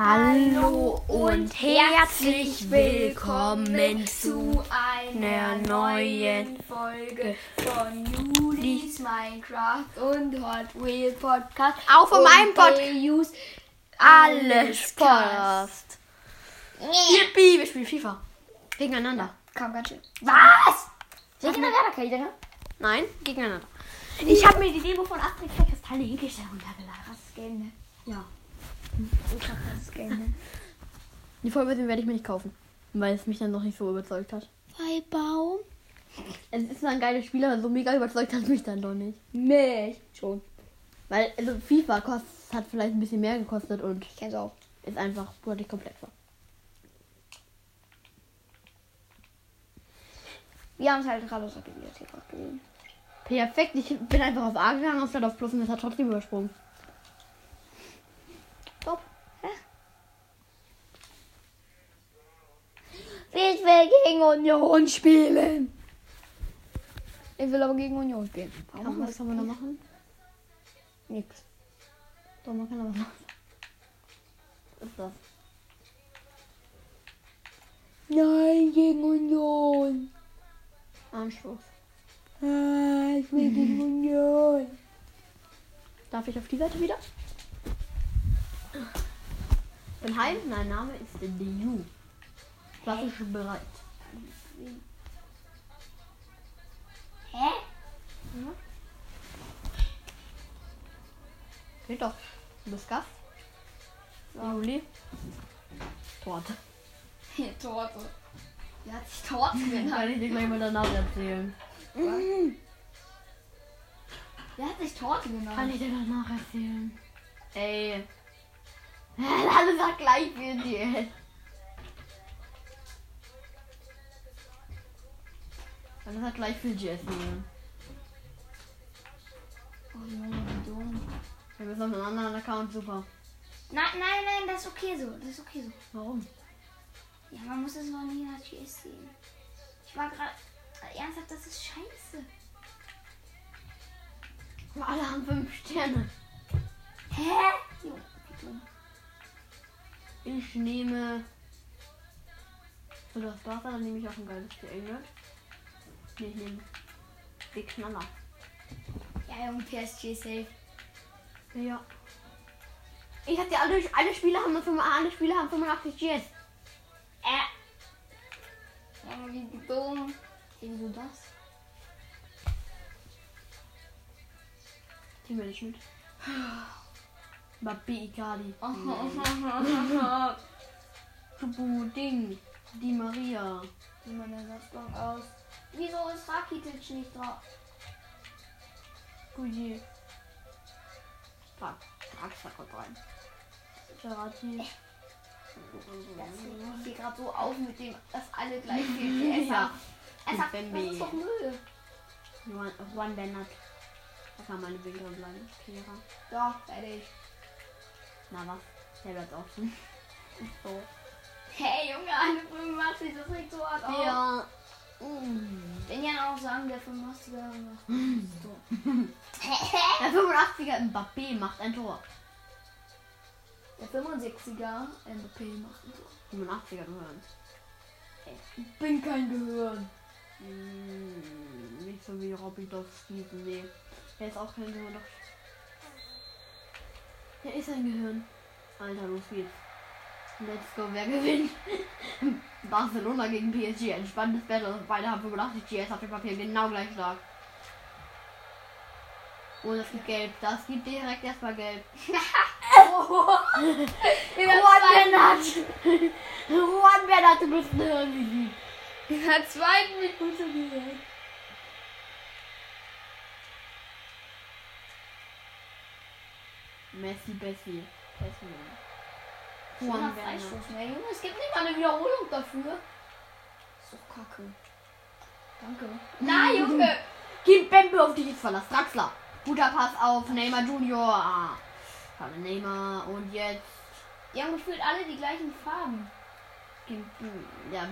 Hallo und herzlich willkommen zu einer neuen Folge von Julis Minecraft und Hot Wheel Podcast. Auch von Und meinem Podcast. they use Alles Alles passt. Yippie, wir spielen FIFA. Gegeneinander. Kam ganz schön. Was? Gegner wäre kein Digga. Nein, gegeneinander. Ich habe mir die Demo von Astrid Kristalle Hinkische runtergeladen. Krasses Game, ne? Ja. Ich hab krasses Game, ne? Die Vollversion werde ich mir nicht kaufen, weil es mich dann noch nicht so überzeugt hat. Bei Baum? Es ist zwar ein geiles Spiel, aber so mega überzeugt hat mich dann doch nicht. Mich. Schon. Weil also FIFA kostet, hat vielleicht ein bisschen mehr gekostet und Ich kenn's auch. ist einfach wirklich komplett war. Wir haben es halt gerade aus der Bibliothek abgelehnt. Perfekt, ich bin einfach auf A gegangen, anstatt auf Plus und das hat trotzdem übersprungen. Top. Hä? Ich will gegen Union spielen. Ich will aber gegen Union spielen. Kann, was kann man da machen? Nix. Doch, man kann aber was machen. Was Ist das? Nein, gegen Union. Anschluss. Ah, ich will gegen Union. Darf ich auf die Seite wieder? Im Heim? Mein Name ist Liu. Klassisch bereit. Hä? Geht doch. Du bist Gast? Juli? Torte. Torte. Die hat sich Torte genannt. Kann ich dir gleich mal danach erzählen. Mhm. Die hat sich Torte Kann genannt. ich dir danach erzählen. Ey. Alles hat gleich für dir. Alles hat gleich für Jessie. Oh, Junge, wie dumm. Wir müssen auf einen anderen Account, super. Nein, nein, nein, das ist okay so. Das ist okay so. Warum? Ja, man muss es noch nie nach GS sehen. Ich war gerade. Ernsthaft, das ist scheiße. Aber alle haben fünf Sterne. Hä? Jo, wie dumm. Ich nehme. Oder was war's? Dann nehme ich auch ein geiles für England. Nee, ich nehme. Die Knaller. Ja, Junge, PSG safe. Ja. Ich hab dir alle, alle Spieler haben nur 85 alle Spieler haben 85 GS. Äh. Junge, wie dumm. Wieso das? Teammanagement. Mbappé Icardi. Tupu Ding. Di Maria. Wie man eine Satzbank aus. Wieso ist Rakitic nicht drauf? Guji. Fuck. Draxler kommt rein. Gerati. Das regt mich gerade so auf mit dem, dass alle gleich viel PS Ja. haben. Es hat, das Bambi. ist doch Müll. One, one Bernard. Da kann meine Winkel bleiben. Kira. Ja, fertig. Na was? Der bleibt offen. So. Hey, Junge, alle 85, das regt so hart auf. Ja. Mm. Wenn ja auch sagen, der 85er macht so. Der 85er Mbappé macht ein Tor. Der 65er MVP macht so. 85er Gehirn. Ich bin kein Gehirn. Mm. Nicht so wie Robidowski. Nee. Der ist auch kein Gehirn. Doch. Der ist ein Gehirn. Alter, los geht's. Let's go, wer gewinnt? Barcelona gegen PSG. Ein spannendes Battle. Beide haben 85 GS auf dem Papier. Genau gleich stark. Oh, das gibt gelb. Das gibt direkt erstmal gelb. Über Juan zwei, Bernat! Juan Bernat, du bist ein Hirnsieg. über zweiten Minute direkt. Messi, Bessie. Bessie. Schöner Juan Bernat. Freistoß, ne? Junge, es gibt nicht mal eine Wiederholung dafür. Ist doch kacke. Danke. Na, Junge! Gib Bembe auf die Verlass. Draxler. Guter Pass auf Neymar Junior. Ah, Schade, Neymar. Und jetzt. Die haben gefühlt alle die gleichen Farben. gib- hm, Ja,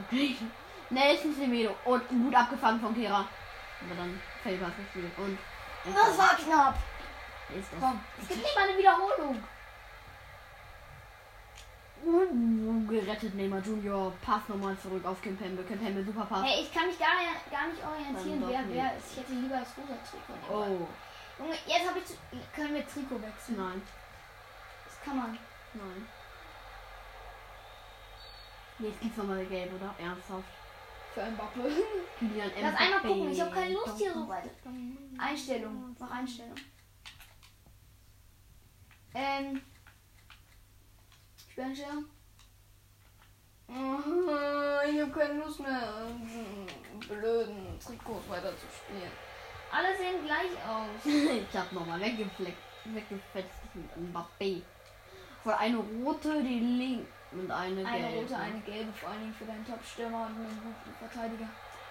Nelson Semedo. Und gut abgefangen von Kera. Aber dann fällt was das Spiel. Und. Das war knapp. ist das. Komm, es gibt nicht mal eine Wiederholung. gerettet, Neymar Junior. Pass nochmal zurück auf Kim Pembe. Kim Pembe, super Pass. Hey, ich kann mich gar, gar nicht Dann orientieren, doch wer nicht. wer ist. Ich hätte lieber das rosa Trikot. Oh. Oh, Junge, jetzt habe ich. zu- Können wir Trikot wechseln? nein, Das kann man. nein. Jetzt gibt's nochmal gelb, oder? Ernsthaft. Für ein Bubble. Julian Lass einmal gucken, ich habe keine Mbappé. Lust hier so weit. Einstellung, mach Einstellung. Ähm. Spieleinstellung. Äh, Ich habe keine Lust mehr, an diesen blöden Trikots weiterzuspielen. Alle sehen gleich aus. ich hab nochmal weggefleckt, weggefetzt mit Mbappé. Voll eine rote, die link und eine, Eine gelbe. rote, eine gelbe, vor allen Dingen für deinen Top-Stürmer und einen guten Verteidiger.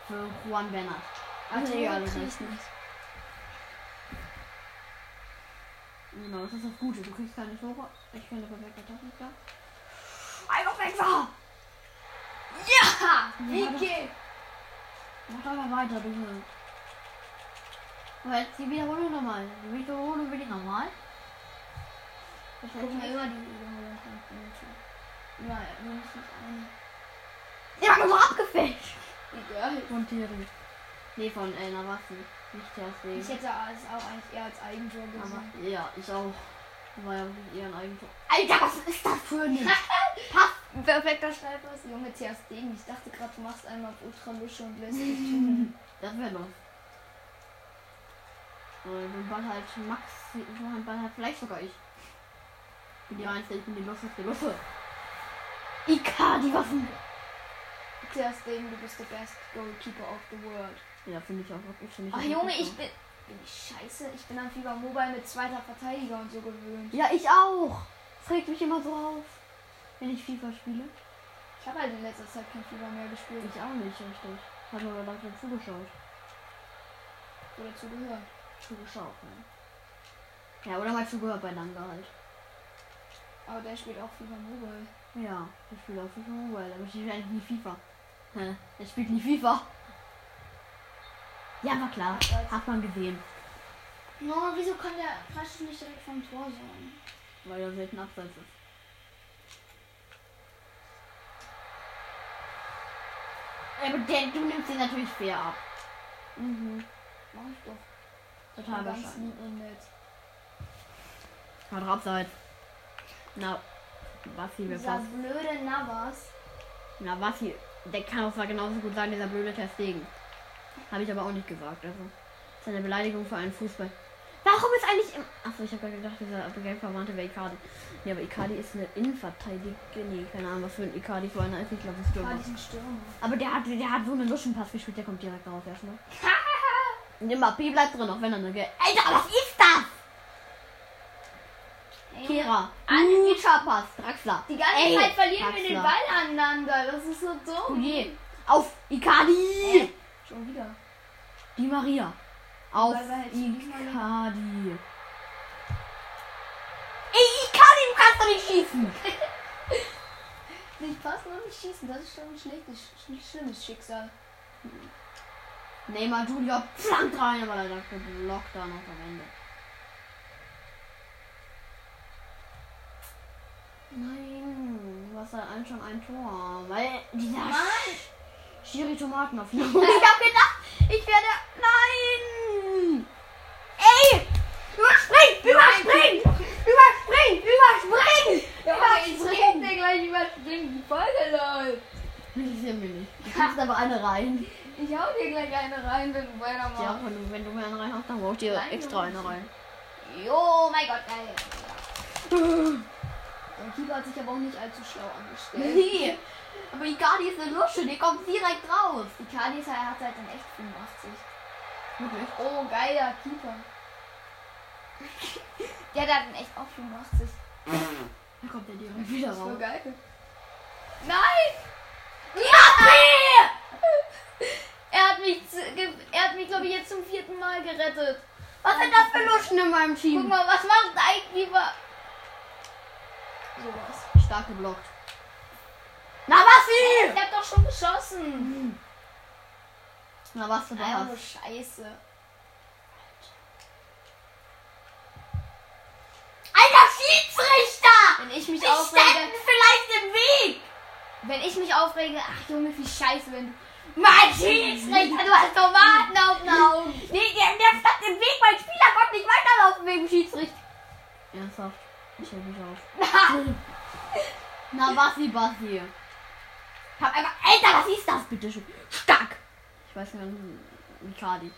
Für Juan Bernat. Ach, Nee, Tore alle kriegst nicht. Genau, das ist das Gute. Du kriegst keine Tore. Ich kann aber weg, klar. Einfach weg war! Ja! Nike! Mach einfach weiter, du Hund. Aber jetzt die Wiederholung nochmal. Die Wiederholung will ich nochmal. Ich guck mir immer die Wiederholung an. auf YouTube. Immer mindestens eine. Ja, nur abgefälscht. Egal. Von Thierry. Nee, von El Navassi. Nicht Ich Terstegen. hätte es auch eigentlich eher als Eigentor Aber, gesehen. ja, ich auch. War ja wirklich eher ein Eigentor. Alter, was ist das für ein... Perfekter Schreibpass. Junge, Ter Stegen, ich dachte gerade, du machst einmal ultra lusche und lässt dich tun. Das wäre los. Den Ball halt Max, den Ball halt vielleicht sogar ich. Ich bin die Reinste, ich bin die Lusteste Lusse. Icardi, was ein... Ter Stegen, du bist der best Goalkeeper of the world. Ja, finde ich auch. Ich finde ich Ach auch Oh, Junge, nicht so. ich bin... Bin ich scheiße? Ich bin an Fieber Mobile mit zweiter Verteidiger und so gewöhnt. Ja, ich auch. Das regt mich immer so auf, wenn ich FIFA spiele. Ich habe halt in letzter Zeit kein Fieber mehr gespielt Ich auch nicht, richtig. Habe aber Leute zugeschaut. oder zugehört. Zugeschaut, ne? Ja, oder mal zugehört bei Nanga halt. Aber der spielt auch Fieber Mobile. Ja, ich spiele auf FIFA Mobile, aber ich spiele eigentlich nie FIFA. Hä? Er spielt nie FIFA. Ja, war klar. Hat man gesehen. Junge, wieso kann der Freistoß nicht direkt vom Tor sein? Weil er selten abseits ist. Aber der, du nimmst ihn natürlich fair ab. Mhm. Mach ich doch. Total ganz wahrscheinlich. lieb und nett. War doch abseits. Na, Wassi, wir Dieser passen. blöde Navas. Na, Wassi, der kann auch zwar genauso gut sein, dieser blöde Testegen. Habe ich aber auch nicht gesagt. Also, ist eine Beleidigung für einen Fußball. Warum ist eigentlich im. Achso, ich habe gerade gedacht, dieser Begriffverwandte wäre Icardi. Ja, aber Icardi ist eine Innenverteidigung. Nee, keine Ahnung, was für ein Icardi für einer ist. Ich glaube, es ist War Stürmer. diesen Stürmer. Aber der hat, der hat so einen Luschenpass gespielt, der kommt direkt raus erstmal. Und immer P bleibt drin, auch wenn er eine Gel. Alter, was ist das? Ey, Kera. Alle- Guter Pass. Draxler. Die ganze Ey, Zeit verlieren wir den Draxler. Ball aneinander. Das ist so dumm. Pouillet. Auf Icardi. Ey, schon wieder. Die Maria. Auf Weil wir halt Icardi. nicht mal- Ey, Icardi, du kannst doch nicht schießen. Nicht passen und nicht schießen. Das ist schon ein schlechtes, sch- schlimmes Schicksal. Neymar Junior flankt rein, aber leider geblockt da noch am Ende. Nein, du hast halt ein- schon ein Tor. Weil dieser Mann! Schiri Tomaten auf jeden Fall. Ich hab gedacht, ich werde. Nein! Ey! Überspring! Überspring! Überspring! Überspring! Ja, ich rede mir gleich überspringen. Die Folge läuft. Ich sehe mich nicht. Du kannst aber alle rein. Ich hau dir gleich eine rein, wenn du weitermachst. Ja, wenn du, wenn du mir eine rein hast, dann brauch ich dir Nein, du extra musst eine rein. Jo, mein Gott, geil. Der Keeper hat sich aber auch nicht allzu schlau angestellt. Nee, aber Icardi ist eine Lusche, die kommt direkt raus. Icardi ist halt- hat halt dann echt 85. Wirklich? Oh, geiler Keeper. ja, der hat dann echt auch 85. Da kommt er direkt wieder Das ist voll raus. geil. Nein! Ja! er hat mich, zu- ge- er hat mich glaube ich, jetzt zum vierten Mal gerettet. Was sind das für Luschen in meinem Guck Team? mal, was macht ein Keeper? Sowas. Stark geblockt. Na was Ich hab doch schon geschossen. Na was du Einfach da nur hast. Scheiße. Alter Schiedsrichter! Wenn ich mich Ich aufrege, vielleicht im Weg! Wenn ich mich aufrege, ach Junge, wie scheiße, wenn du. Matthias, Richter, du hast Tomaten auf den Augen. Nee, der, der stand im Weg, mein Spieler konnte nicht weiterlaufen wegen Schiedsrichter. Ernsthaft? Ich höre mich auf. Na, was wie was hier? Ich hab einfach. Alter, was ist das bitte schon? Stark! Ich weiß gar nicht, wie Kadi.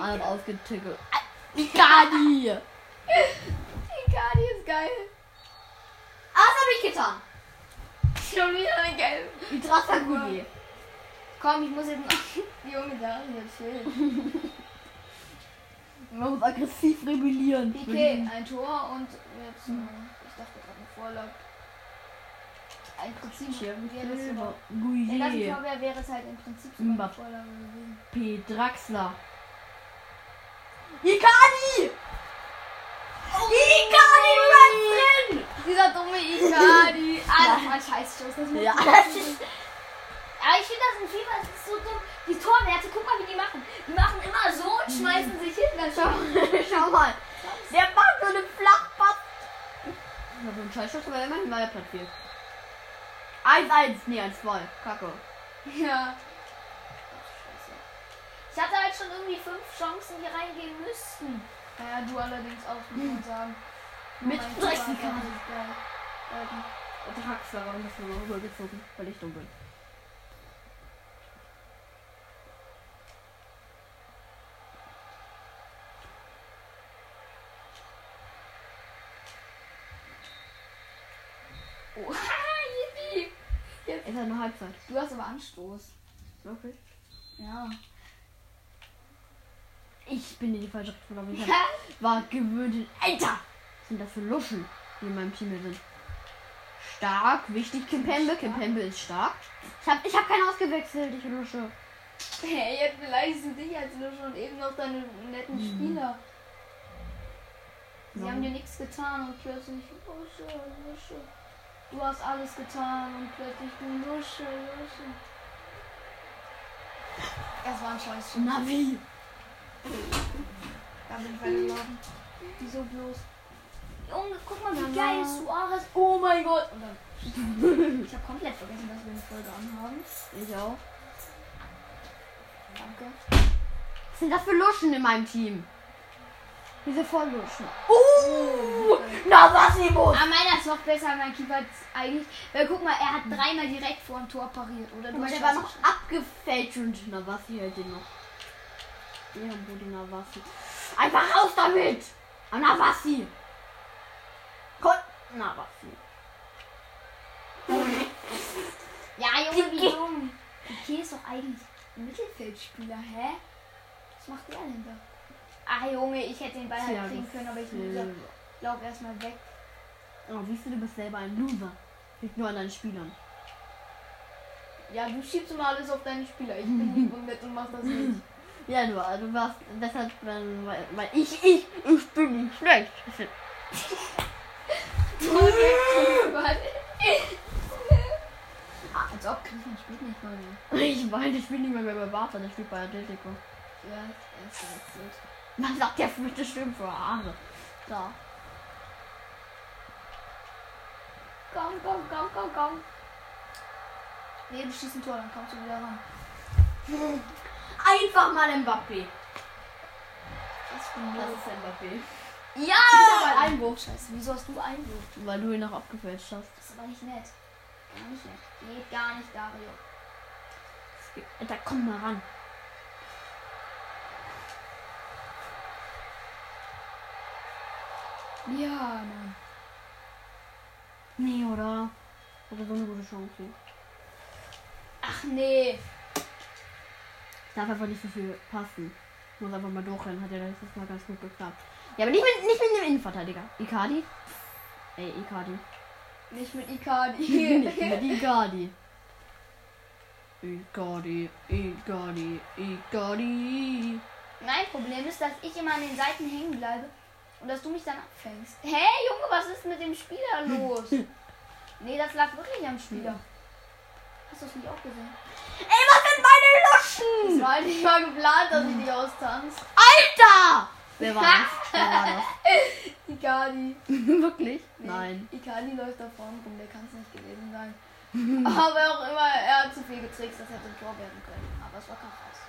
Alle ausgetickelt. Kadi! Die Kadi ist geil. Ah, Was habe ich getan? Schon wieder eine gelbe. Hydrasaguri. Komm, ich muss jetzt noch. Junge, Daria, chill. Man muss aggressiv rebellieren. Mhm. PK, ein Tor und jetzt. äh, Ich dachte gerade eine Vorlage. Ein Prinzip wäre es sogar. Wenn das ein Guye. Tor wäre, wäre es halt im Prinzip sogar eine Mbappé. Vorlage gewesen. P. Draxler. Ikadi! Oh. Ikadi, du bleibst drin! Dieser dumme Ikadi. Alles mal Scheißschuss. Das muss Ja, ich- das ist- Aber ich finde das in FIFA das ist so dumm. Die Torwerte, guck mal, wie die machen. Die machen immer so und schmeißen sich hin. Dann schau. Schau mal. Der macht so einen Flachpass. Ich hab so einen Scheißschuss, aber immerhin mal platziert. 1-1, nee, 1-2. Kacke. Ja. Ich hatte halt schon irgendwie fünf Chancen, die reingehen müssten. Hm. Naja, du allerdings auch, muss man sagen. Mit Mein Tor war 30 gar Karten. nicht geil. Ähm, Draxler war ein bisschen rübergezogen, weil ich dumm bin. Oh, ha, yippie. Ist halt nur Halbzeit. Du hast aber Anstoß. Okay. Ja. Ich bin in die falsche Richtung gelaufen. Ich hab- Hä? war gewöhnt. Alter! Was sind das für Luschen, die in meinem Team hier sind? Stark, wichtig, Kimpembe. Kimpembe ist stark. Ich hab, ich hab keinen ausgewechselt, ich Lusche. Hey, jetzt beleidigst du dich als du schon eben noch deine netten Mhm. Spieler. Sie Warum? haben dir nichts getan und plötzlich oh, Lusche, Lusche. Du hast alles getan und plötzlich du oh, Lusche, Lusche. Das war ein Scheiß. Navi. Da bin ich weitergelaufen. Wieso bloß? Junge, guck mal, wie Ja. geil Suarez. Oh mein Gott. Und dann, ich habe komplett vergessen, dass wir eine Folge anhaben. Ich auch. Danke. Was sind das für Luschen in meinem Team? Diese Vollluschen. Oh, na was, Ibo? Aber Ah, meiner ist noch besser, mein Keeper ist eigentlich. Weil guck mal, er Hm. hat dreimal direkt vor dem Tor pariert, oder? Aber der war noch abgefälscht und Navassi hält den noch. Ja, wo die Navassi. Einfach raus damit! Am Navassi! Kon Navassi. Ja, Junge, wie Piqué. dumm. Piqué ist doch eigentlich ein Mittelfeldspieler, hä? Was macht der denn da? Ah, Junge, ich hätte den Ball halt Thiago kriegen können, aber ich Silva. lauf erstmal weg. Oh, siehst du, du bist selber ein Loser. Liegt nur an deinen Spielern. Ja, du schiebst immer alles auf deinen Spieler. Ich bin lieb und nett und mach das nicht. Ja, du, du warst deshalb, weil, weil- weil ich, ich, ich bin nicht schlecht. Tor weg, Mann. Ah, Als ob Griechenland spielt nicht mal mehr. Ich meine, ich spiele nicht mehr bei Barca, der spielt bei Atletico. Ja, er ist gewechselt. Man sagt ja, bitte schön für Haare. Da. Komm, komm, komm, komm, komm. Nee, du schießt ein Tor, dann kommst du wieder ran. Einfach mal Mbappé. Was für ein Das Müll. ist Mbappé. Ja! Aber Einwurf. Scheiße, wieso hast du Einwurf? Weil du ihn noch abgefälscht hast. Das ist aber nicht nett. Gar nicht nett. Geht gar nicht, Dario. Da komm mal ran. Ja, Mann. Nee, oder? Oder so eine gute Chance. Ach nee. Darf einfach nicht so viel passen. Muss einfach mal durchrennen. Hat ja letztes Mal ganz gut geklappt. Ja, aber nicht mit, nicht mit dem Innenverteidiger. Icardi? Ey, Icardi. Nicht mit nicht Icardi. mit Icardi. Icardi, Icardi, Icardi. mein Problem ist, dass ich immer an den Seiten hängen bleibe und dass du mich dann abfängst. Hä, Junge, was ist mit dem Spieler los? nee, das lag wirklich am Spieler. Hast du es nicht auch gesehen? Ey, was sind meine Luschen? Das war halt nicht mal geplant, dass ich dich austanze. Alter! Wer war das? Wer war Icardi. das? Wirklich? Nee, Nein. Icardi läuft da vorne rum, der kann es nicht gewesen sein. Aber auch immer, er hat zu viel getrickst, das hätte ein Tor werden können. Aber es war kein Fass.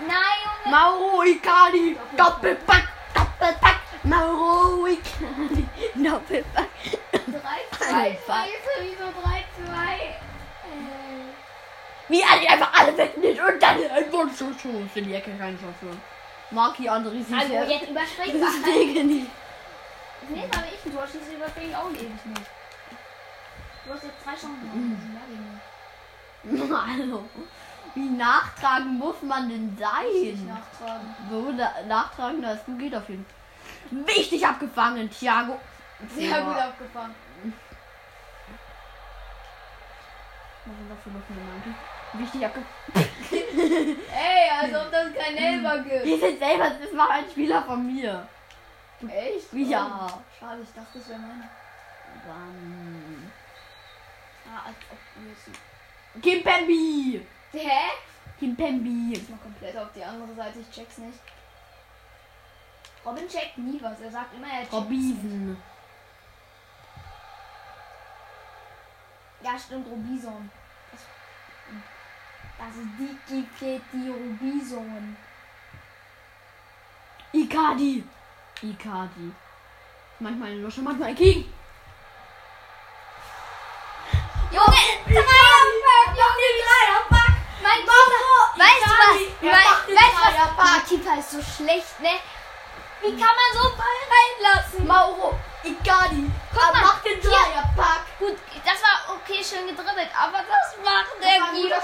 Nein, Junge! Mauro Icardi, Doppelpack, Doppelpack, Mauro Icardi, Doppelpack. 3-2, Fuck. Scheiße, wieso 3-2? Äh, Wie er die einfach alle wegnimmt und dann ein Wunschschuss in die Ecke reinschaffen. Marki André Sisse. Also jetzt überspringen wir das ist alles. Dinge nicht. Nee, aber ich ein Tor schieße, überspringe ich auch ewig nicht. Du hast jetzt zwei Chancen. Mhm. Also, wie nachtragen muss man denn Nicht sein? nachtragen. So na nachtragen, dass du geht auf jeden Fall. Wichtig abgefangen, Thiago. Sehr Ja. gut abgefangen. Was ist das für Luft in der Mantel? Wichtig abgefangen. Ey, als ob das kein Elber gibt. Die sind selber, das war ein Spieler von mir. Echt? Ja. Oh, Schade, ich dachte, das wäre meine. Dann. Ah, als ob wir sie- Kimpembi! Hä? Kimpembi! Mal komplett auf die andere Seite, ich check's nicht. Robin checkt nie was, er sagt immer, er checkt. Robinson. Ja, stimmt, Robison. Das, das ist Diki Peti Robison. Icardi! Icardi. Manchmal eine Lusche, manchmal ein King. Junge, Dreier, Junge, Dreier, mein Gott, weißt du was? Icardi, er macht Wei- den Weißt du was? Dreierpack. Mein Keeper ist so schlecht, ne? Wie kann man so einen Ball reinlassen? Mauro! Icardi! Guck er mal, macht den hier. Dreierpack! Gut, das war okay, schön gedribbelt, aber das macht der Keeper.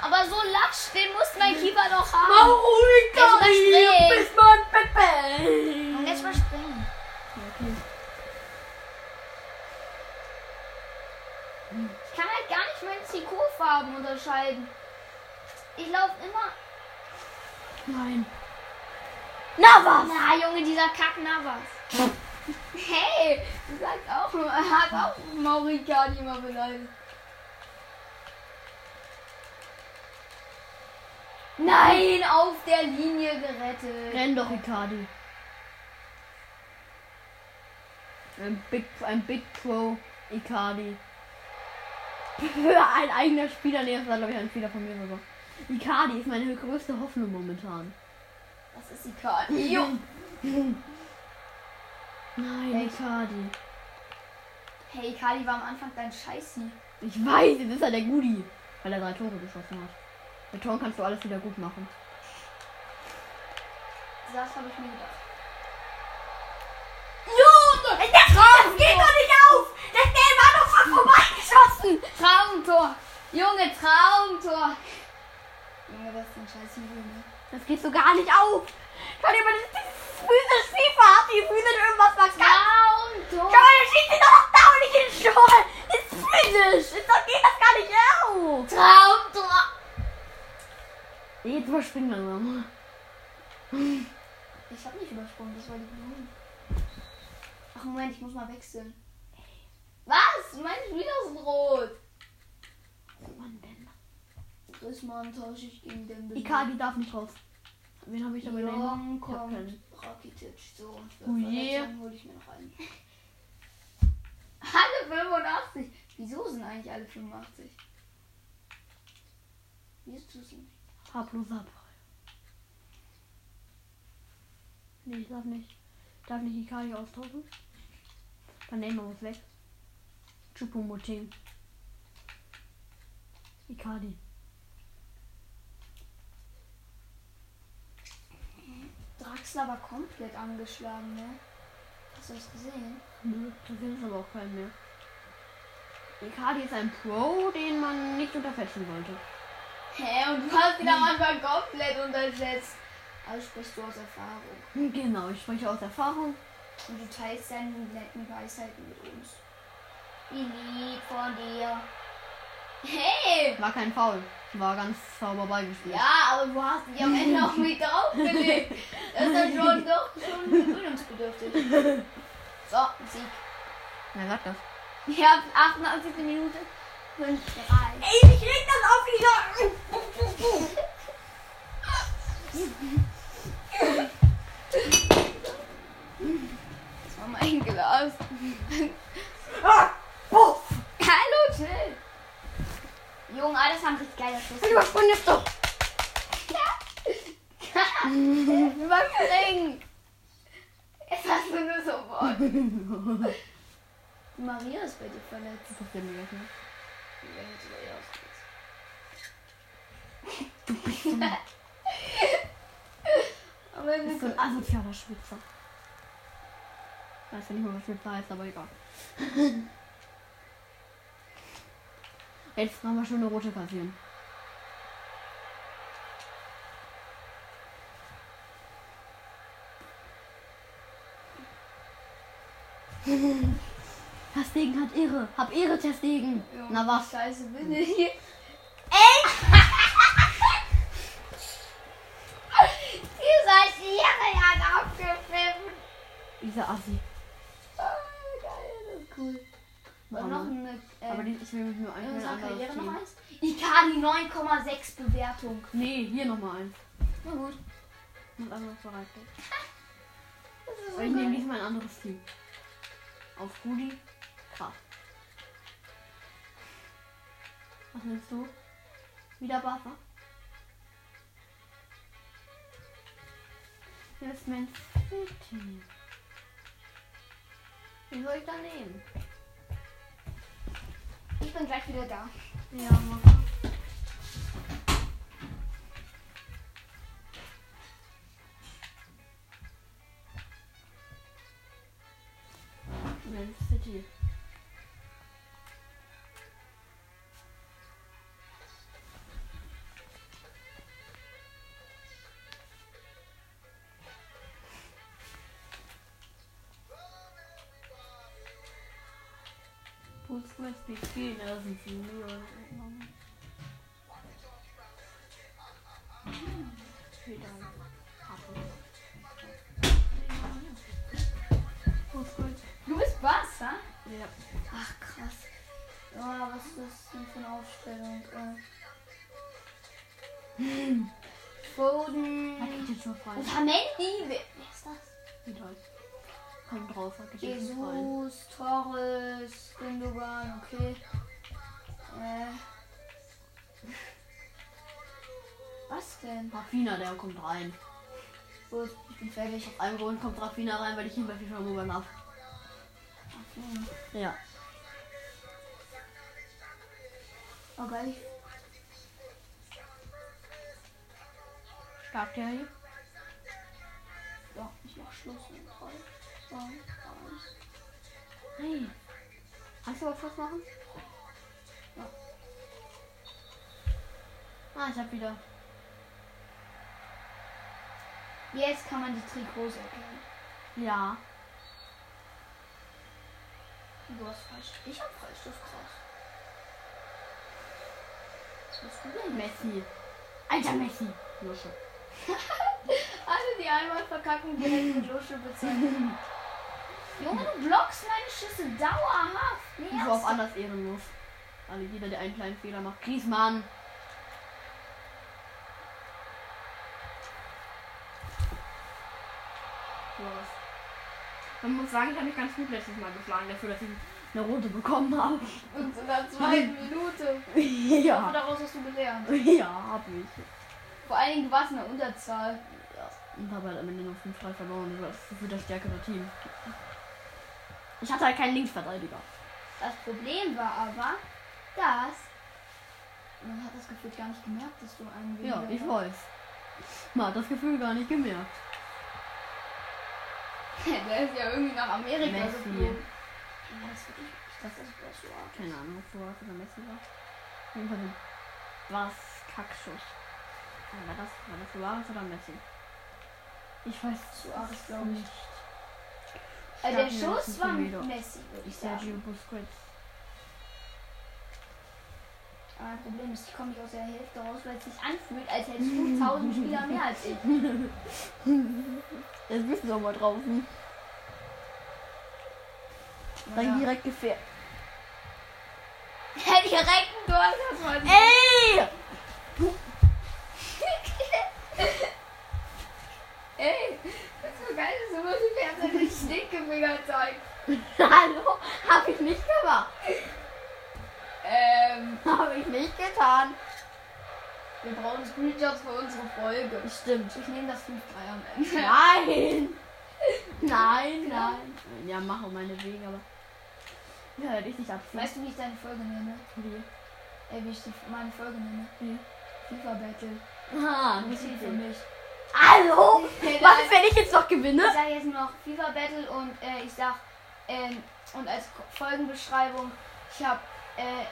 Aber so lasch, den muss mein Keeper doch haben. Mauro Icardi! Jetzt mal Bis man Und jetzt mal Pepe! springen. Ich kann halt gar nicht meine Trikotfarben unterscheiden. Ich laufe immer. Nein. Navas! Na, Junge, dieser Kack Navas. Hey, du sagst auch, hat auch Maurikani immer beleidigt. Nein, auf der Linie gerettet. Renn doch, Icardi. Ein Big, ein Big Pro Icardi. ein eigener Spieler, nee, das war glaube ich ein Spieler von mir sogar. Icardi ist meine größte Hoffnung momentan. Das ist die Karte. Jo. Nein, Icardi. Hey, Kali war am Anfang dein Scheißi. Ich weiß, jetzt ist er der Gudi, weil er drei Tore geschossen hat. Mit Toren kannst du alles wieder gut machen. Das habe ich mir gedacht. Junge! Der Traum geht doch nicht auf! Das Game war doch schon vorbeigeschossen! Traumtor. Junge, Traumtor. Junge, das ist ein ne? Scheißi. Junge. Das geht so gar nicht auf! Kann jemand dieses Füße Schiefer hat, die Füße irgendwas markant? Traumtor. Schau mal, der schießt ihn doch noch da und nicht in den Schorl! Das ist physisch! Ist doch geht das gar nicht auf! Traumtor. Jetzt überspringen wir mal. Ich habe nicht übersprungen, das war die Blume. Ach Moment, ich muss mal wechseln. Was? Meine Spieler sind rot. Mann, denn. Griezmann tausche ich gegen den Icardi darf nicht raus. Wen habe ich da genommen? Jong Ich hab kommt keinen. Rakitic. So, und für Oh je. Verletzungen hole ich mir noch einen. Alle 85. Wieso sind eigentlich alle 85? Wieso tust du nicht? Pablo Sabra. Nee, ich darf nicht. Darf nicht Icardi austauschen. Dann nehmen wir uns weg. Chupomoting. Icardi. Draxler war komplett angeschlagen, ne? Hast du das gesehen? Nö, da sind Mhm, aber auch keinen mehr. Icardi ist ein Pro, den man nicht unterfälschen sollte. Hä, und du hast ihn am Hm. Anfang komplett unterschätzt. Also sprichst du aus Erfahrung. Hm, Genau, ich spreche aus Erfahrung. Und du teilst deine netten Weisheiten mit uns. Wie lieb von dir. Hey! War kein Foul. War ganz sauber beigespielt. Ja, aber du hast dich am Ende auch mit draufgelegt. Das ist dann schon doch schon gewöhnungsbedürftig. So, Sieg. Wer sagt das? Ich habe 88. Minute 5 3. Ey, ich reg das auf wieder! Das war mein ein Glas. Ah! Oh! Hallo, Till. Junge, ah, das haben richtig geile Schüsse. Ich überspringe jetzt doch! Überspringen. Es hast du nur so Wort. Maria ist bei dir verletzt. Das ist ja mega knapp. Ja, jetzt soll ich ausgesetzt. Aber Das ist so wir ein asozialer Schwitzer. Weiß ja nicht mal, was mit heißt, aber egal. Jetzt haben wir schon eine rote kassieren. Testegen hat Ehre. Hab Ehre, Testegen. Ja, Na was? Scheiße, bin ich hier. Ey! Ihr seid jahrelang abgepfiffen. Dieser Assi. Oh, geil, das ist cool. Mama. Und noch eine. Äh, Aber die, ich will mich nur ein- in ein unserer anderes Karriere Team. noch eins? Ikari 9,6 Bewertung. Nee, hier nochmal eins. Na gut. Und anderes Charakter. Das ist so Aber ich nehme geil. diesmal ein anderes Team. Auf Rudi. Krass. Was nimmst du? Wieder Buffer? Hier ist mein City. Wie soll ich da nehmen? Ich bin gleich wieder da. Ja, mach. Man City. Fußball spielt viel, da sind sie nur. Wieder. Fußball. Du bist Wasser? Ja. Ach krass. Ja, Oh, was ist das denn für eine Aufstellung? Äh. Hat ich Foden. jetzt schon frei. Otamendi. Wer, wer ist das? Wie läuft's? Komm drauf, hat ich jetzt schon frei. Jesus, Torres, Gündogan, okay. Äh. Was denn? Rafina, der kommt rein. Gut, ich bin fertig. Aus einem Grund kommt Rafina rein, weil ich ihn bei FIFA Mobile hab. Ach, hm. Ja. Oh geil, ich Stark der hier? Ja, ich mach Schluss Oh, in 3, 2, 1. Hey. Hast du was was machen? Ja. Ah, ich hab wieder. Jetzt kann man die Trikots erkennen. Ja. Du hast falsch. Ich hab falsch, das ist krass. Was bist du denn? Messi. Alter Messi. Lusche. Alle, die einmal verkacken, direkt mit Lusche bezeichnen. Junge, du blockst meine Schüsse dauerhaft. Nee, Ich war auch anders ehrenlos. Also jeder, der einen kleinen Fehler macht. Griezmann. Was? Man muss sagen, ich habe mich ganz gut letztes Mal geschlagen, dafür, dass ich eine rote bekommen habe. Und in der zweiten Minute. Und ja. daraus hast du gelernt. Ja, hab ich. Vor allen Dingen, du warst in der Unterzahl. Und habe halt am Ende noch 5-3 verloren. Das ist für das stärkere Team. Ich hatte halt keinen Linksverteidiger. Das Problem war aber, dass. Man hat das Gefühl gar nicht gemerkt, dass du einen Ja, weniger ich hast. weiß. Man hat das Gefühl gar nicht gemerkt. Der ist ja irgendwie nach Amerika Messi. geflogen. Ja, das wird nicht- ich dachte, das wäre so arg. Keine Ahnung, wo er von Messi war. Jedenfalls ein- war es Kackschuss. Ja, War das, war das Suarez oder Messi? Ich weiß Suarez, es glaub ich. nicht. Also der Starten wir Schuss jetzt war mit mit Romero. Messi, würde ich Ich sagen. Sergio Busquets. Aber mein Problem ist, ich komme nicht aus der Hälfte raus, weil es sich anfühlt, als hättest du 1000 Spieler mehr als ich. Jetzt bist du auch mal draußen. Ja. direkt gefährdet. Ja, direkt ein Tor, das war ein- Ey! Ey, das war geil ist, du musst die Fernseher den Stinkefinger zeigen. Hallo? Hab ich nicht gemacht. Ähm, Hab ich nicht getan. wir brauchen Screenshots für unsere Folge. Stimmt. Ich nehme das 5-3 am Ende. Nein! Nein, nein. Ja, mach um meinetwegen, aber. Ja, hätte ich nicht abziehen. Weißt du, wie ich deine Folge nenne? Wie? Äh, wie ich die, meine Folge nenne? Wie? FIFA Battle. Ah, Nicht viel für mich. Hallo? Hey, Was, nein. wenn ich jetzt noch gewinne? Ich sage jetzt nur noch FIFA Battle und äh, ich sag ähm, und als Ko- Folgenbeschreibung, ich habe äh,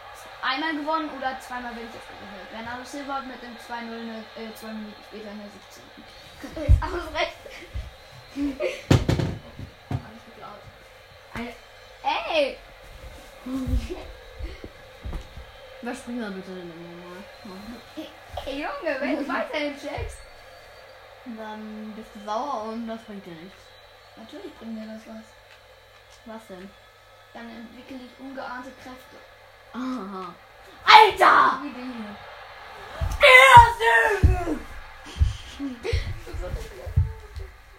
einmal gewonnen oder zweimal bin ich jetzt gewählt. Bernardo Silva hat mit dem 2-0 eine, äh, zwei Minuten später in der 17. Ist ausrecht. Hab ich geklaut. Eine- Ey! Überspring mal bitte den immer mal. Ey Junge, wenn du weiterhin checkst. Dann bist du sauer und das bringt dir nichts. Natürlich bringt mir das was. Was denn? Dann entwickle ich ungeahnte Kräfte. Ah, Aha. Alter! Wie bin ich?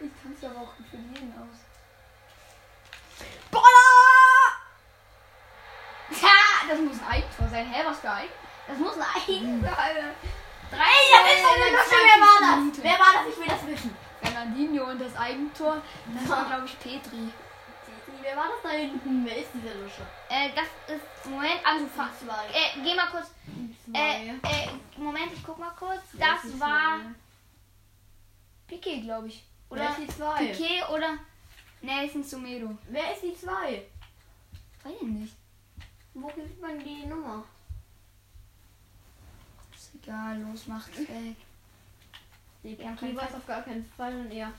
Ich tanze aber auch für jeden aus. Boller! Ha, das muss ein Eigentor sein. Hä, was für ein? Das muss ein Eigentor sein. Drei, Ey, da bist du mir noch schon, wer war das? Wer war das? Ich will das wissen. Fernandinho und das Eigentor. Das war, glaube ich, Petri. Wer war das da hinten? Wer ist dieser Lusche? Äh, das ist. Moment, Also, Anrufer. Zwei. Äh, geh mal kurz. Äh, Zwei. äh, Moment, ich guck mal kurz. Das war Piquet, glaube ich. Wer Oder ist die zwei? Piquet oder Nelson Sumero. Wer ist die zwei? Weiß ich nicht. Wo gibt man die Nummer? Ist egal, los, macht's weg. Die haben Kaki keinen weiß Fall. auf gar keinen Fall und er.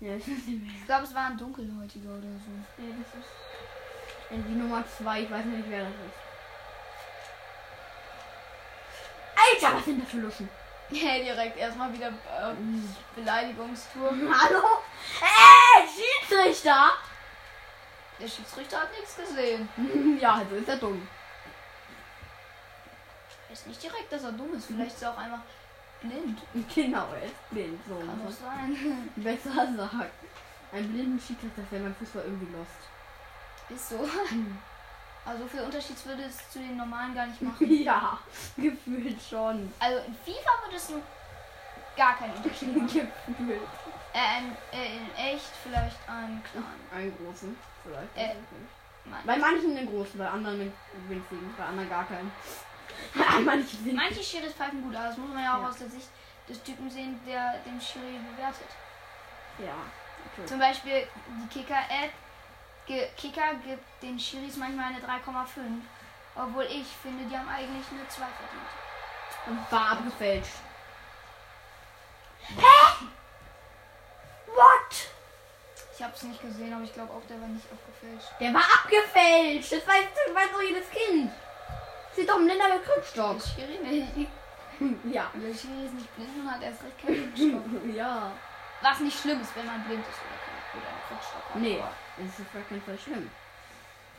Ja, ich weiß nicht mehr. Ich glaube, es war ein Dunkelhäutiger oder so. Nee, das ist. Äh, Die Nummer zwei, ich weiß nicht, wer das ist. Alter, was sind das für Luschen? Hey, direkt erstmal wieder äh, Beleidigungstour. Hallo? Ey, Schiedsrichter! Der Schiedsrichter hat nichts gesehen. ja, also ist er dumm. Ist nicht direkt, dass er dumm ist. Vielleicht ist er auch einfach blind. Genau, er ist blind. So Kann doch muss sein. man besser sagen. Ein blinden Schiedsrichter wäre mein Fußball irgendwie lost. Ist so. Aber so viel Unterschied würde es zu den normalen gar nicht machen. ja, gefühlt schon. Also in FIFA würde es nun gar keinen Unterschied machen. gefühlt. Äh, in, äh, in echt vielleicht einen kleinen. Einen großen, vielleicht. Äh. Manche, Bei manchen einen großen, bei anderen einen winzigen, bei anderen gar keinen. Bei manchen sind manche Schiris pfeifen gut, aber das muss man ja auch Ja. aus der Sicht des Typen sehen, der den Schiri bewertet. Ja. Zum Beispiel die Kicker-App. Ge Kicker gibt den Schiris manchmal eine 3,5. Obwohl ich finde, die haben eigentlich eine 2 verdient. Und war abgefälscht. Hä? What? Ich hab's nicht gesehen, aber ich glaube auch, der war nicht abgefälscht. Der war abgefälscht. Das weiß, das weiß doch jedes Kind. Sieht doch im Länder mit Krückstock. Der Schiri nicht. Ja. Der Schiri ist nicht blind und hat erst recht keinen Krückstock. Ja. Was nicht schlimm ist, wenn man blind ist oder keinen oder einen Krückstock hat. Nee, das ist auf gar keinen Fall schlimm.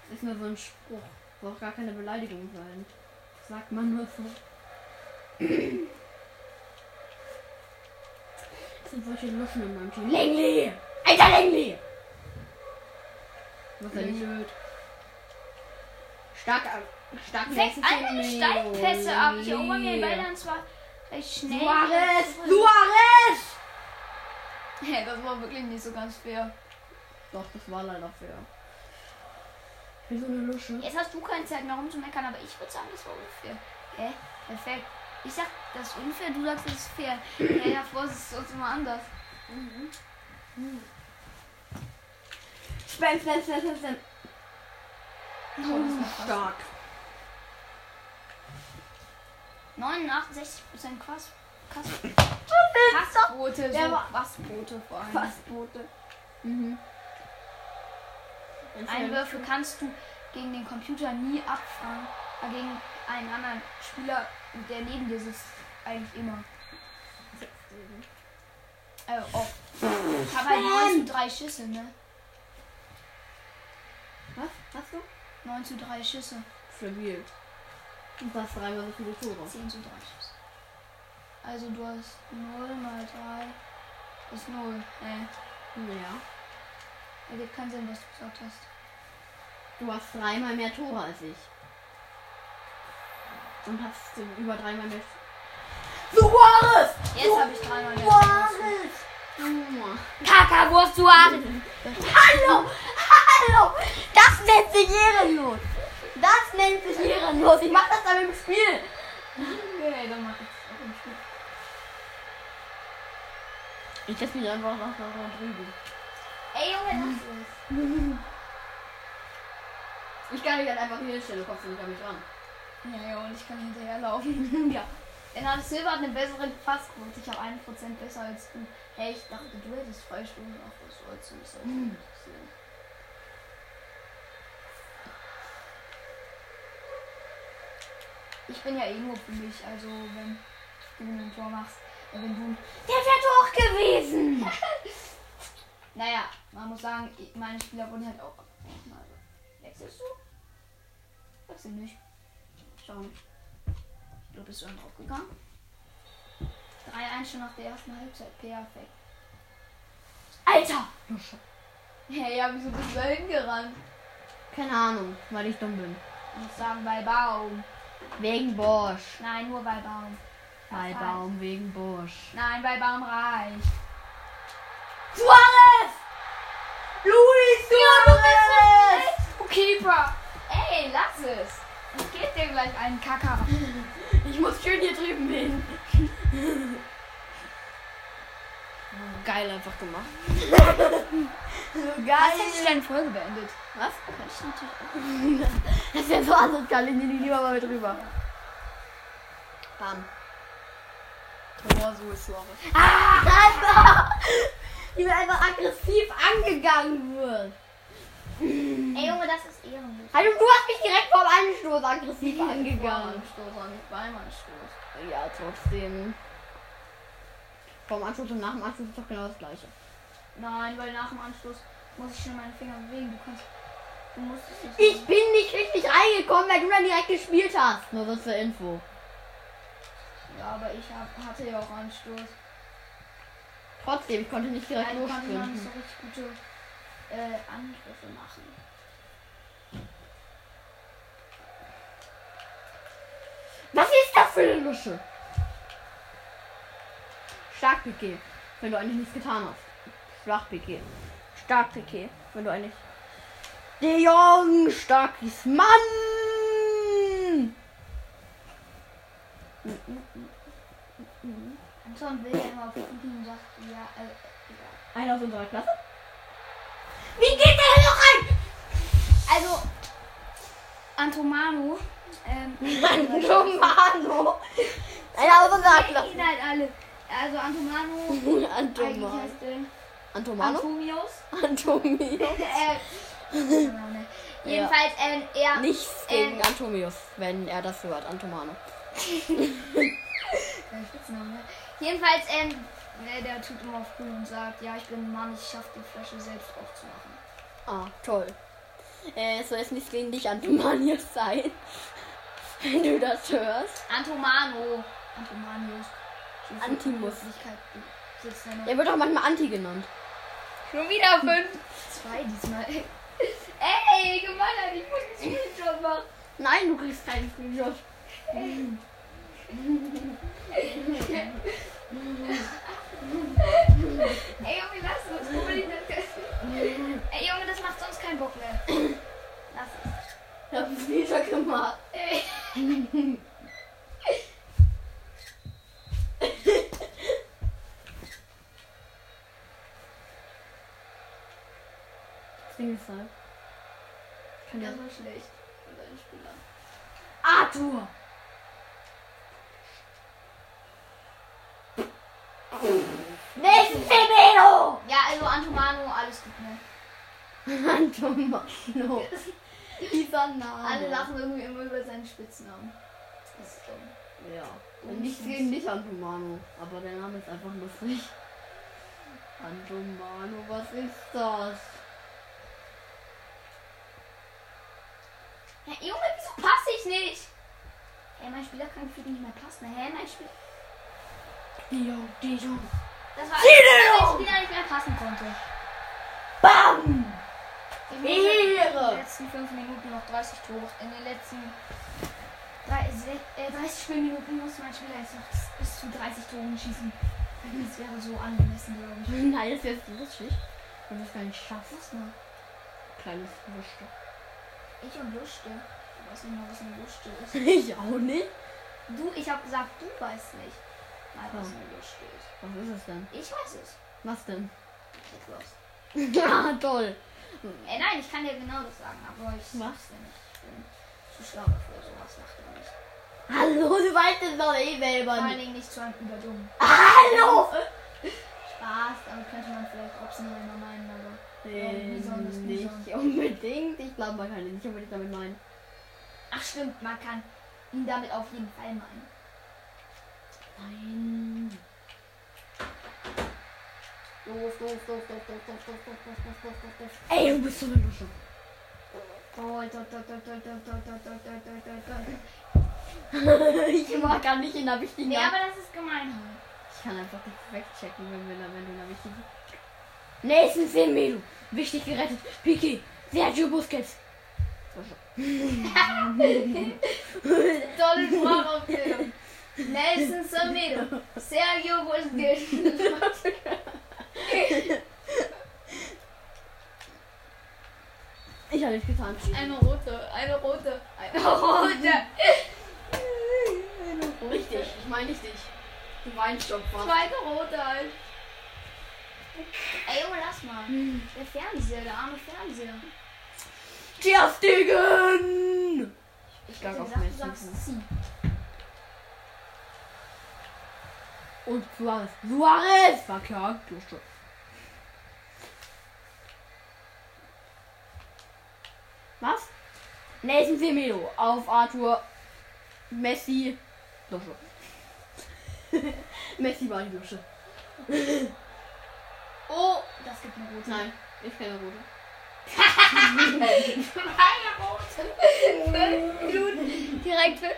Das ist nur so ein Spruch. Soll auch gar keine Beleidigung sein. Das sagt man nur so. Das sind solche Luschen in meinem Team. Lengli! Alter Lengli! Was er nicht hört. Stark ab. Stark Sechs andere Steinpässe ab. Ich erober mir den Ball Suarez! dann zwar recht schnell. Suarez! Hä, das war wirklich nicht so ganz fair. Doch, das war leider fair. Wie so eine Lusche. Jetzt hast du keine Zeit mehr rumzumeckern, aber ich würde sagen, das war unfair. Hä? Perfekt. Ich sag, das ist unfair, du sagst, das ist fair. Ja, ja, Vorsicht, ist sonst immer anders. Spam, spam, spam, spam, spam. Oh, das war krass. Stark. 69 Prozent Quass. Quass. Das Quassquote. Der So war- Quassquote vor allem. Fastbote. Mhm. Einwürfe kannst du gegen den Computer nie abfangen. Aber gegen einen anderen Spieler, der neben dir sitzt, eigentlich immer. Äh, oft. Ich habe halt 9 zu 3 Schüsse, ne? Was? Hast du? 9 zu 3 Schüsse. Stabil. Du hast dreimal so viele Tore. 10 zu 3 Schüsse. Also du hast 0 mal 3 ist 0. Ne, Ja. Ergibt keinen Sinn, was du gesagt hast. Du hast dreimal mehr Tore als ich. Und hast über dreimal mehr. Suarez! Jetzt habe ich dreimal mehr. Suarez! Mua. Kakawurst Suarez. Hallo! Hallo! Das nennt sich ehrenlos! Das nennt sich ehrenlos! Ich mach das dann im Spiel! Okay, dann mach ich auch im Spiel. Ich setze mich einfach nach drüben. Ey, Junge, das ist. Ich kann mich halt einfach hier hinstellen, du kommst nicht an mich ran. Ja, ja, und ich kann hinterherlaufen. ja. Renate Silva hat eine bessere Passquote. Ich habe 1% besser als du. Hey, ich dachte, du hättest Freistunden. Ach, was soll's denn? Das hat Hm. mich interessiert. Ich bin ja eh nur für mich. Also, wenn du ein Tor machst, äh, wenn du. Der wäre doch gewesen! Naja, man muss sagen, ich- meine Spieler wurden halt auch. Also, wechselst du? Wechsel nicht. Schau nicht. Du bist dann draufgegangen. 3-1 schon nach der ersten Halbzeit. Perfekt. Alter! Hey, ja, wieso bist du da hingerannt? Keine Ahnung, weil ich dumm bin. Ich muss sagen, bei Baum. Wegen Bosch. Nein, nur bei Baum. Bei Nein. Baum wegen Bosch. Nein, bei Baum reicht. Suarez! Luis Suarez! Du Keeper! Ey, lass es! Ich geb dir gleich einen Kacker. Ich muss schön hier drüben hin. Geil einfach gemacht. Hast du denn Folge beendet? Was? Das wäre so asozial, ich nehme die lieber mal mit rüber. Bam. Tor, so ist Suarez. Alter! Wie man einfach aggressiv angegangen wird. Ey, Junge, das ist ehrenlos. Also du hast mich direkt vorm Anstoß aggressiv angegangen. Vormannstoß, auch nicht Ballmannstoß. Ja, trotzdem. Vom Anschluss und nach dem Anschluss ist doch genau das gleiche. Nein, weil nach dem Anschluss muss ich schon meine Finger bewegen. Du kannst. Du musst es nicht. Ich bin nicht richtig reingekommen, weil du dann direkt gespielt hast. Nur das zur Info. Ja, aber ich hab, hatte ja auch Anstoß. Trotzdem, ich konnte nicht direkt Nein, die konnten noch nicht lossprinten. so richtig gute äh, Angriffe machen. Was ist das für eine Lusche? Stark PK, wenn du eigentlich nichts getan hast. Schwach PK. Stark PK, wenn du eigentlich. De Jong, starkes Mann! Anton will ja immer fliegen und sagt, ja, äh, ja. Einer aus unserer Klasse? Wie geht der denn noch rein? Also, Antomano, ähm, Antomano. Einer aus unserer die sind halt alle. Also Antomano, Klasse. eigentlich Antomano. heißt der Antomano? Antomios. Antomio. äh, jedenfalls, ähm, er, Nichts Ähm. gegen Antomius, wenn er das hört. Antomano. Äh, Spitzname. Jedenfalls, ähm, äh, der tut immer auf cool und sagt, ja, ich bin ein Mann, ich schaff die Flasche selbst aufzumachen. Ah, toll. Äh, es soll jetzt nichts gegen dich, Antomanius, sein. Wenn du das hörst. Antomano. Antomanius. Schon fünf Antimus. Möglichkeiten. Sitzt da noch. Er wird auch manchmal Anti genannt. Schon wieder fünf. Zwei diesmal. Hm. Ey, gemein, ich muss einen Screenshot machen. Nein, du kriegst keinen Screenshot. Ey, Junge, lass uns. Unbedingt das. Ey, Junge, das macht sonst keinen Bock mehr. Lass es. Ich hab einen Screenshot gemacht. Ey. Das Ding ist halt. Ich kann dir Das war schlecht. Für deinen Spieler. Arthur. Nessimeno! Ja, also Antomano, alles gut, ne? Antomano. Dieser Name. Alle lachen irgendwie immer über seinen Spitznamen. Das ist dumm. Ja. Und nichts gegen dich, Antomano. Aber der Name ist einfach lustig. Antomano, was ist das? Hä, Junge, wieso passe ich nicht? Hä, mein Spieler kann gefühlt nicht mehr passen. Hä, mein Spieler. Dio, Dio. Das war alles, weil mein Spieler nicht mehr passen konnte. Bam! In den Ehre! letzten 5 Minuten noch 30 Tore. In den letzten 30, äh, 30 Spielminuten muss mein Spieler jetzt noch bis zu 30 Toren schießen. Das wäre so angemessen, glaube ich. Nein, das wäre lustig. Wenn du es gar nicht schaffst. Was noch? Kleines Wurscht. Ich und Luschte. Ich weiß nicht mal, was ein Luschte ist. ich auch nicht. Du, ich habe gesagt, du weißt nicht, mal was Oh. eine Lusche ist. Was ist es denn? Ich weiß es. Was denn? Niklas. ah, toll. Äh, nein, ich kann dir genau das sagen, aber ich Was? sag's dir nicht. Ich bin zu schlau dafür, sowas macht er nicht. Hallo, du weißt es doch eh Vor selber allen nicht. Dingen nicht zu einem Überdummen. Hallo! Spaß, damit könnte man vielleicht Robson oder meinen, aber Äh, besonders, nicht besonders. unbedingt. Ich glaube, man kann ihn nicht unbedingt damit meinen. Ach stimmt, man kann ihn damit auf jeden Fall meinen. Nein. Doof, doof, doof, doof, doof, doof, doof, doof, doof, doof, doof, doof, doof. Ey, du bist so eine Lusche. Toll, toll, toll, toll, toll, toll, toll, toll, toll, toll, toll, toll, toll. ich mag gar nicht in der wichtigen Nee, Ab- aber das ist gemein. Ich kann einfach nicht wegchecken, wenn, wir, wenn du in der wichtigen... Nächsten 10 Minuten. Wichtig gerettet. Piki. Sergio Busquets. Tolle Sprachaufklärung. Nelson Semedo. Sergio Busquets. Ich habe nicht getan. Eine rote, eine rote, eine rote. Eine rote. Richtig. Ich meine nicht dich. Du meinst doch was. Zweite rote halt. Ey Junge, lass mal. Der Fernseher, der arme Fernseher. Ter Stegen! Ich Ich lag hab auf gesagt, du Messi. sagst Also, sie. Und Suarez. Suarez! War klar, du schon. Was? Nelson Semedo auf Arthur Messi. Dusche. Messi war die Dusche. Oh, das gibt eine rote. Nein, ich kenne rote. Zwei rote. Fünf Minuten. Direkt fünf.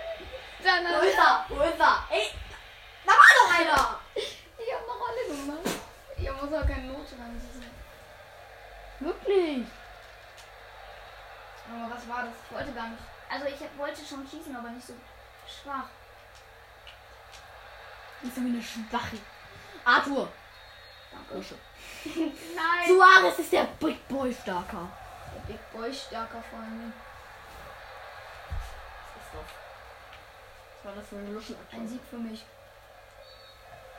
Dann Wo ist er? Wo ist er? Ey! Da war doch einer! Ich hab eine Rolle gemacht. Ich muss auch keine Note dran setzen. Wirklich? Aber was war das? Ich wollte gar nicht. Also ich hab- wollte schon schießen, aber nicht so schwach. Das ist so wie eine Schwache. Arthur. Danke. Dusche. Nein. Suarez ist der Big Boy starker. Der Big Boy ist stärker vor allem. Was ist das? Was war das für eine Luschenaktion? Ein Sieg für mich.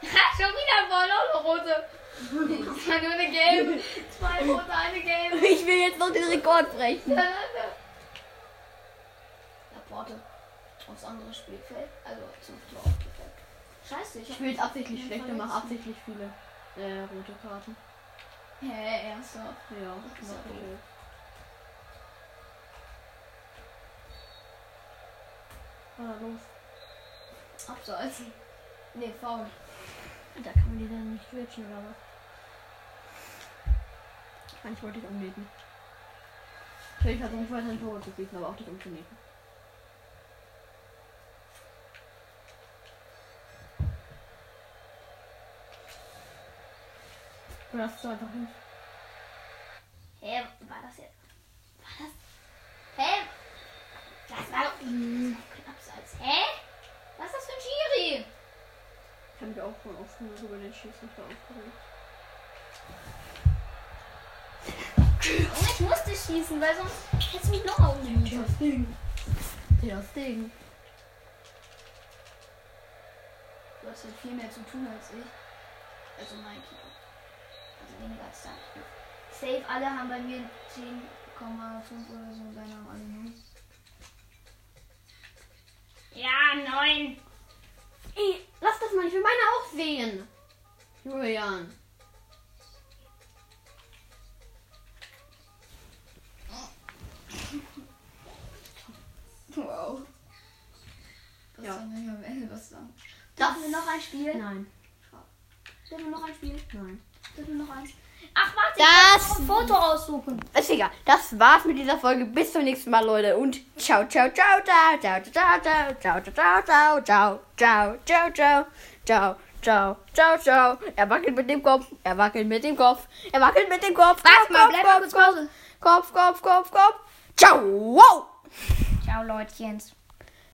Ha, schon wieder voll rote. Das war nur eine gelbe. Zwei rote, eine gelbe. Ich will jetzt noch den Rekord brechen. Laporte. Aufs andere Spielfeld. Also zum Tor aufgefällt. Scheiße, ich Ich hab will jetzt absichtlich schlechte, mach verletzt. absichtlich viele äh, rote Karten. Hä, ernsthaft. Ja, Ach so. mach ich jetzt. Ah, los. Abseits. Nee, faul. Da kann man die dann nicht switchen oder was? Eigentlich wollte ich umnähten. Ich hätte versucht, weiter ein Tor zu schießen, aber auch nicht umzunähten. Du hast es einfach hin. Hä, war das jetzt? War das? Hä? Das war doch das war doch kein Abseits. Hä? Was ist das für ein Schiri? Ich habe mich auch schon oft genug über den Schiedsrichter aufgeregt. Junge, ich musste schießen, weil sonst hätte mich noch aufgehoben. Ding. Der Ding. Du hast halt viel mehr zu tun als ich. Also mein Kilo. Also weniger als dein Kilo. Safe, alle haben bei mir 10,5 oder so und deine haben alle 9. Ja, 9. Ey, lass das mal, ich will meine auch sehen. Julian. Wow. Das Ja. ja. soll nicht am Ende was sagen. Das- Dürfen wir noch ein Spiel? Nein, Dürfen wir noch ein Spiel? nein. Dürfen wir noch eins? Ach, warte, Das- ich muss noch ein Foto aussuchen. Ist egal. Das war's mit dieser Folge. Bis zum nächsten Mal, Leute. Und ciao, ciao, ciao, ciao, ciao, ciao, ciao, ciao, ciao, ciao, ciao, ciao, ciao, ciao, ciao, ciao, ciao, ciao. Er wackelt mit dem Kopf. Er wackelt mit dem Kopf. Er wackelt mit dem Kopf. Warte mal, Kopf, bleib Kopf, mal kurz Pause. Kopf, Kopf, Kopf, Kopf. Ciao. Ciao, Leutchens.